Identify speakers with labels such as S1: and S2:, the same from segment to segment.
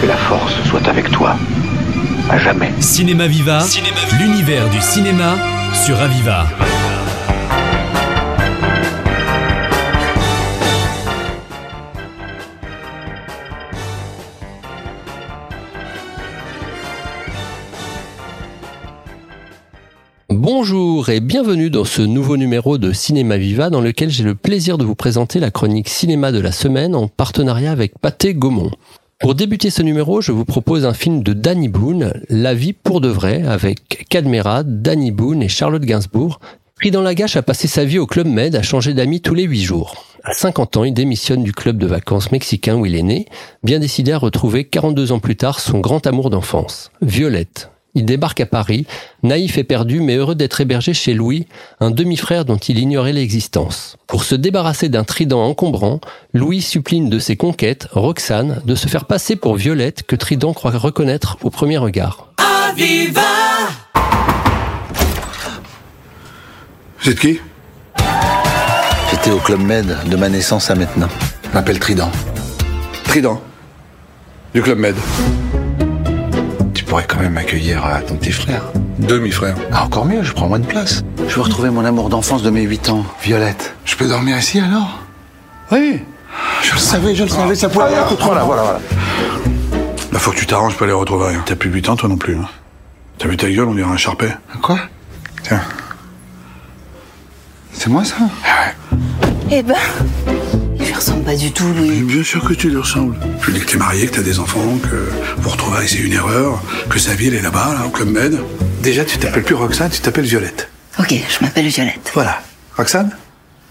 S1: Que la force soit avec toi. À jamais.
S2: Cinéma Viva, l'univers du cinéma sur Aviva.
S3: Bonjour et bienvenue dans ce nouveau numéro de Cinéma Viva dans lequel j'ai le plaisir de vous présenter la chronique cinéma de la semaine en partenariat avec Pathé Gaumont. Pour débuter ce numéro, je vous propose un film de Danny Boone, La vie pour de vrai, avec Cadmera, Danny Boone et Charlotte Gainsbourg, pris dans la gâche à passer sa vie au Club Med, à changer d'amis tous les huit jours. À 50 ans, il démissionne du club de vacances mexicain où il est né, bien décidé à retrouver 42 ans plus tard son grand amour d'enfance, Violette. Il débarque à Paris, naïf et perdu mais heureux d'être hébergé chez Louis, un demi-frère dont il ignorait l'existence. Pour se débarrasser d'un trident encombrant, Louis supplie une de ses conquêtes, Roxane, de se faire passer pour Violette que Trident croit reconnaître au premier regard.
S4: Vous êtes qui
S5: J'étais au Club Med de ma naissance à maintenant. Je m'appelle Trident.
S4: Trident. Du Club Med.
S5: Tu pourrais quand même accueillir euh, ton petit frère.
S4: Demi-frère.
S5: Ah, encore mieux, je prends moins de place. Je veux retrouver mon amour d'enfance de mes 8 ans, Violette.
S4: Je peux dormir ici alors
S5: Oui.
S4: Je le savais, je le savais, ça pouvait être trop là, Ah, voilà, voilà. La Bah, faut que tu t'arranges pour les retrouver.
S5: T'as plus 8 ans, toi non plus. hein.
S4: T'as vu ta gueule, on dirait un charpé.
S5: Quoi
S4: Tiens.
S5: C'est moi ça
S6: Eh ben, il lui ressemble pas du tout, lui.
S4: Bien sûr que tu lui ressembles. Je lui dis que t'es marié, que t'as des enfants, que vous retrouvez c'est une erreur, que sa vie elle est là-bas, là, au Club Med.
S5: Déjà, tu t'appelles plus Roxane, tu t'appelles Violette.
S6: Ok, je m'appelle Violette.
S5: Voilà. Roxane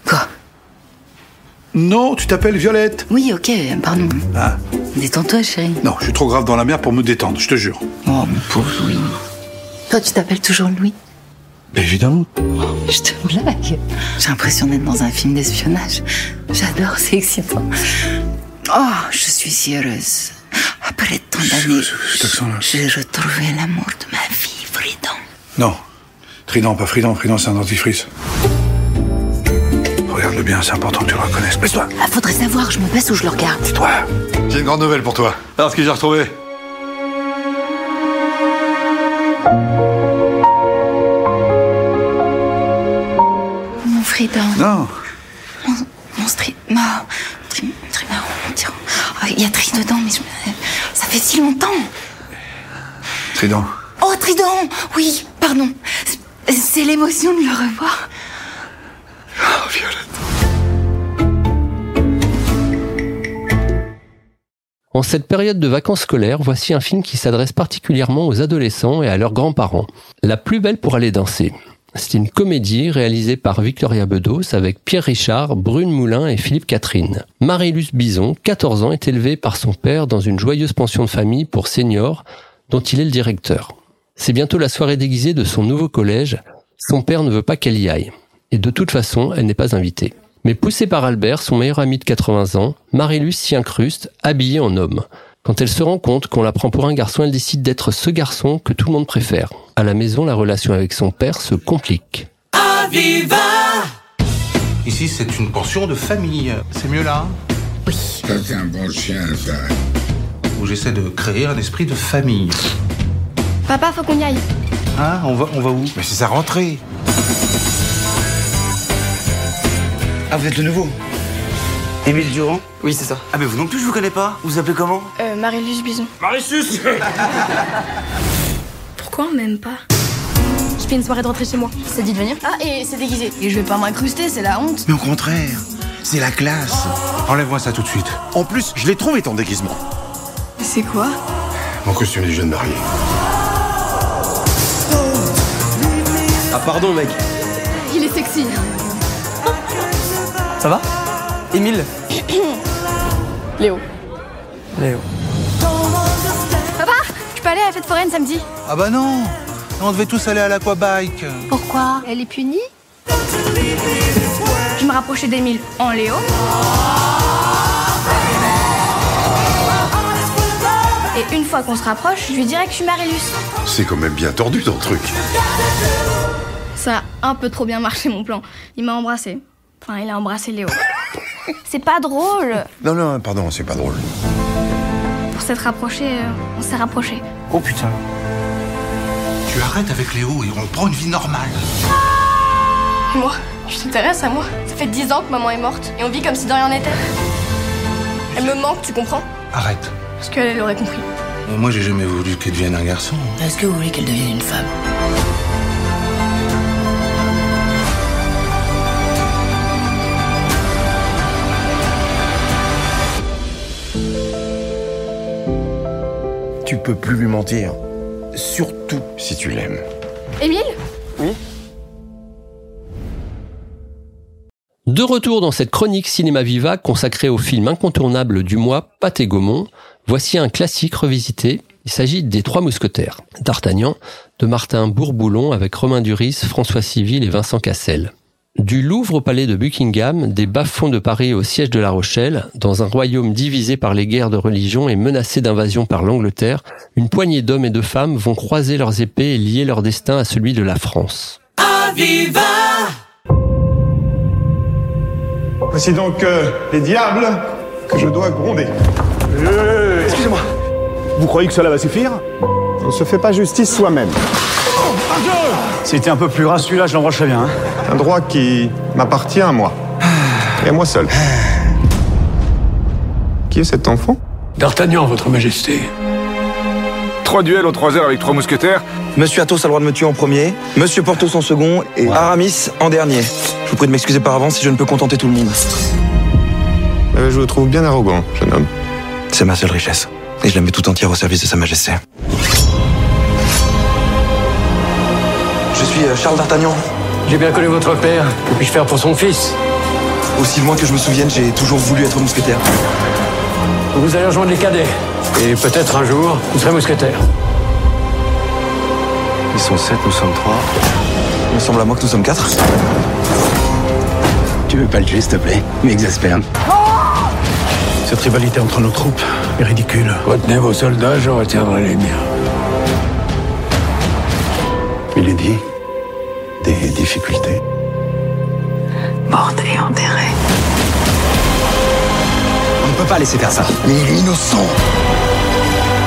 S6: Quoi
S5: Non, tu t'appelles Violette.
S6: Oui, ok, pardon.
S5: Ah.
S6: Détends-toi, chérie.
S5: Non, je suis trop grave dans la mer pour me détendre, je te jure.
S6: Oh, mon pauvre Louis. Toi, tu t'appelles toujours Louis
S5: évidemment.
S6: Je te blague. J'ai l'impression d'être dans un film d'espionnage. J'adore, c'est excitant. Oh, je suis si heureuse. Après tant d'années,
S4: cet accent-là.
S6: j'ai retrouvé l'amour de ma vie, Fridon.
S4: Non. Trident, pas Frident. Trident, c'est un dentifrice. Regarde-le bien, c'est important que tu le reconnaisses. Baisse-toi.
S6: Ah, faudrait savoir, je me baisse ou je le regarde.
S4: Toi. J'ai une grande nouvelle pour toi. Alors ce que j'ai retrouvé.
S6: Mon Fridon.
S4: Non.
S6: Mon, mon stri... Ma... Tri... Trimar... mon tyran. Ah, Il y a Tri dedans, mais je... me- ça fait si longtemps.
S4: Trident.
S6: Oh, Trident Oui, pardon. C'est- C'est l'émotion de le revoir.
S4: Oh, Violette.
S3: En cette période de vacances scolaires, voici un film qui s'adresse particulièrement aux adolescents et à leurs grands-parents. La plus belle pour aller danser. C'est une comédie réalisée par Victoria Bedos avec Pierre Richard, Brune Moulin et Philippe Catherine. Marilus Bison, 14 ans, est élevée par son père dans une joyeuse pension de famille pour seniors dont il est le directeur. C'est bientôt la soirée déguisée de son nouveau collège. Son père ne veut pas qu'elle y aille. Et de toute façon, elle n'est pas invitée. Mais poussée par Albert, son meilleur ami de 80 ans, Marilus s'y incruste, habillée en homme. Quand elle se rend compte qu'on la prend pour un garçon, elle décide d'être ce garçon que tout le monde préfère. À la maison, la relation avec son père se complique.
S7: Ici, c'est une pension de famille. C'est mieux là hein,
S8: Ça, c'est un bon chien, ça.
S7: Où j'essaie de créer un esprit de famille.
S9: Papa, faut qu'on y aille.
S7: Hein on va, on va où
S5: Mais c'est sa rentrée. Ah, vous êtes le nouveau
S10: Émile Durand Oui, c'est ça.
S7: Ah mais vous non plus, je vous connais pas. Vous vous appelez comment
S9: Euh, Marilus Bison. Pourquoi on m'aime pas Je fais une soirée de rentrée chez moi. C'est dit de venir Ah, et c'est déguisé. Et je vais pas m'incruster, c'est la honte.
S10: Mais au contraire, c'est la classe.
S7: Enlève-moi ça tout de suite.
S10: En plus, je l'ai trouvé ton déguisement.
S9: C'est quoi
S4: Mon costume des jeunes mariés.
S10: Ah pardon mec.
S9: Il est sexy.
S10: Ça va Émile
S9: Léo.
S10: Léo.
S9: Papa, je peux aller à la fête foraine samedi
S10: Ah bah non On devait tous aller à l'aquabike.
S9: Pourquoi Elle est punie Je me rapprochais d'Emile en Léo. Et une fois qu'on se rapproche, je lui dirais que je suis Marilus.
S4: C'est quand même bien tordu ton truc.
S9: Ça a un peu trop bien marché mon plan. Il m'a embrassé. Enfin, il a embrassé Léo. C'est pas drôle.
S11: Non, non, pardon, c'est pas drôle.
S9: Oh, Pour s'être rapproché, euh, on s'est rapproché.
S10: Oh putain.
S7: Tu arrêtes avec Léo et on prend une vie normale.
S9: Moi, tu t'intéresses à moi. Ça fait 10 ans que maman est morte et on vit comme si de rien n'était. Elle me manque, tu comprends
S7: Arrête.
S9: Parce qu'elle elle aurait compris.
S4: Euh,
S7: Moi, j'ai jamais voulu qu'elle devienne un garçon.
S6: Est-ce que vous voulez qu'elle devienne une femme
S11: Tu peux plus lui mentir. Surtout si tu l'aimes.
S9: Émile
S10: Oui
S3: De retour dans cette chronique Cinéma Viva consacrée au film incontournable du mois, Pathé Gaumont, voici un classique revisité. Il s'agit des Trois Mousquetaires, d'Artagnan, de Martin Bourboulon avec Romain Duris, François Civil et Vincent Cassel. Du Louvre au palais de Buckingham, des bas-fonds de Paris au siège de La Rochelle, dans un royaume divisé par les guerres de religion et menacé d'invasion par l'Angleterre, une poignée d'hommes et de femmes vont croiser leurs épées et lier leur destin à celui de la France.
S12: Aviva
S13: Voici donc euh, les diables que je dois gronder.
S14: Euh, Excusez-moi. Vous croyez que cela va suffire
S13: On ne se fait pas justice soi-même.
S14: C'était un peu plus ras celui-là, je l'embrancherais bien. hein.
S13: Un droit qui m'appartient à moi. Et à moi seul.
S5: Ah.
S13: Qui est cet enfant
S15: D'Artagnan, votre majesté.
S16: Trois duels en trois heures avec trois mousquetaires.
S17: Monsieur Athos a le droit de me tuer en premier, Monsieur Porthos en second et Aramis en dernier. Je vous prie de m'excuser par avance si je ne peux contenter tout le monde.
S13: Euh, je le trouve bien arrogant, jeune homme.
S17: C'est ma seule richesse. Et je la mets tout entière au service de Sa Majesté. Je suis euh, Charles d'Artagnan.
S15: J'ai bien connu votre père. Que puis-je faire pour son fils
S17: Aussi loin que je me souvienne, j'ai toujours voulu être mousquetaire.
S15: Vous allez rejoindre les cadets. Et peut-être un jour, vous serez mousquetaire.
S17: Ils sont sept, nous sommes trois. Il me semble à moi que nous sommes quatre.
S5: Tu veux pas le tuer, s'il te plaît M'exaspère.
S14: Cette rivalité entre nos troupes est ridicule.
S15: Retenez vos soldats, je retiendrai les miens.
S11: Milady, des difficultés.
S6: Morte et enterrée.
S17: On ne peut pas laisser faire ça.
S5: Mais il est innocent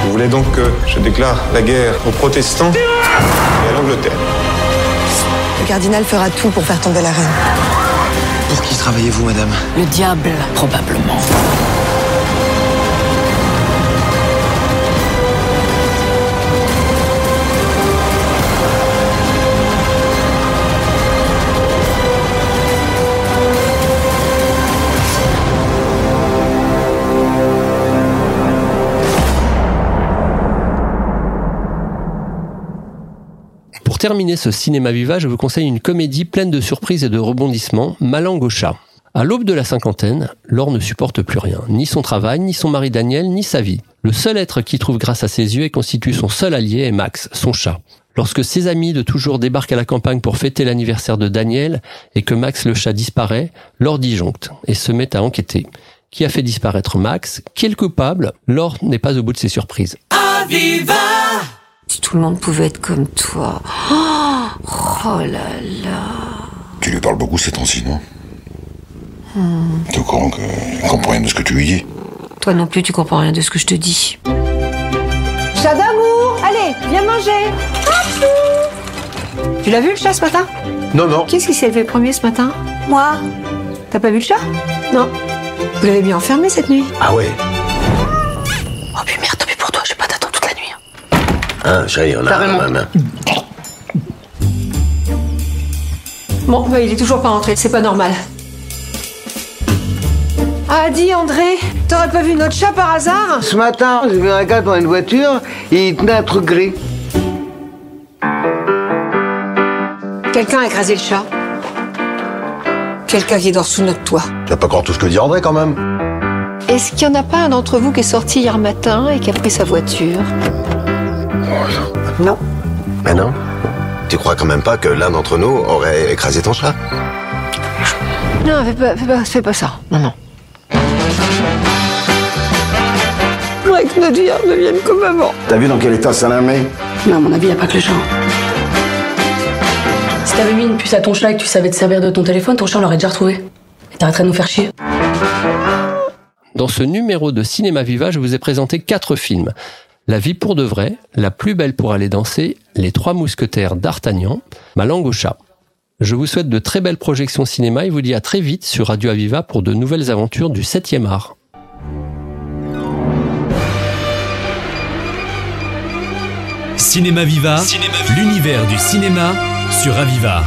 S13: Vous voulez donc que je déclare la guerre aux protestants et à l'Angleterre
S18: Le cardinal fera tout pour faire tomber la reine.
S17: Pour qui travaillez-vous, madame
S6: Le diable, probablement.
S3: Pour terminer ce cinéma viva, je vous conseille une comédie pleine de surprises et de rebondissements, Malangue au chat. À l'aube de la cinquantaine, Laure ne supporte plus rien, ni son travail, ni son mari Daniel, ni sa vie. Le seul être qui trouve grâce à ses yeux et constitue son seul allié est Max, son chat. Lorsque ses amis de toujours débarquent à la campagne pour fêter l'anniversaire de Daniel et que Max le chat disparaît, Laure disjoncte et se met à enquêter. Qui a fait disparaître Max Qui est le coupable Laure n'est pas au bout de ses surprises.
S12: Aviva
S18: Si tout le monde pouvait être comme toi. Oh, oh là là.
S8: Tu lui parles beaucoup ces temps-ci, non T'es au courant qu'elle comprend rien de ce que tu lui dis
S18: Toi non plus, tu comprends rien de ce que je te dis.
S19: Chat d'amour Allez, viens manger Achou Tu l'as vu le chat ce matin
S14: Non, non.
S19: Qu'est-ce qui s'est levé premier ce matin Moi T'as pas vu le chat Non. Vous l'avez bien enfermé cette nuit
S14: Ah ouais.
S19: Oh puis merde, tant pis pour toi, je vais pas t'attendre toute la nuit.
S5: Hein, ça y est, on a la main.
S19: Bon, bah, il est toujours pas rentré, c'est pas normal. Ah dis André, t'aurais pas vu notre chat par hasard
S20: Ce matin, j'ai vu un gars dans une voiture et il tenait un truc gris.
S19: Quelqu'un a écrasé le chat. Quelqu'un qui dort sous notre toit.
S8: Tu vas pas croire tout ce que dit André quand même
S19: Est-ce qu'il y en a pas un d'entre vous qui est sorti hier matin et qui a pris sa voiture Non.
S8: Mais non. Tu crois quand même pas que l'un d'entre nous aurait écrasé ton chat
S19: Non, fais pas, fais pas, fais pas ça. Non, non. Faudrait que notre vie redevienne comme avant.
S8: T'as vu dans quel état ça la met
S19: Non, à mon avis, y a pas que le chat.
S21: Si t'avais mis une puce à ton chat et que tu savais te servir de ton téléphone, ton chat l'aurait déjà retrouvé. Et t'arrêterais de nous faire chier.
S3: Dans ce numéro de Cinéma Viva, je vous ai présenté quatre films. La vie pour de vrai, La plus belle pour aller danser, Les trois mousquetaires d'Artagnan, Ma langue au chat. Je vous souhaite de très belles projections cinéma et vous dis à très vite sur Radio Aviva pour de nouvelles aventures du 7e art.
S2: Cinéma Viva, l'univers du cinéma sur Aviva.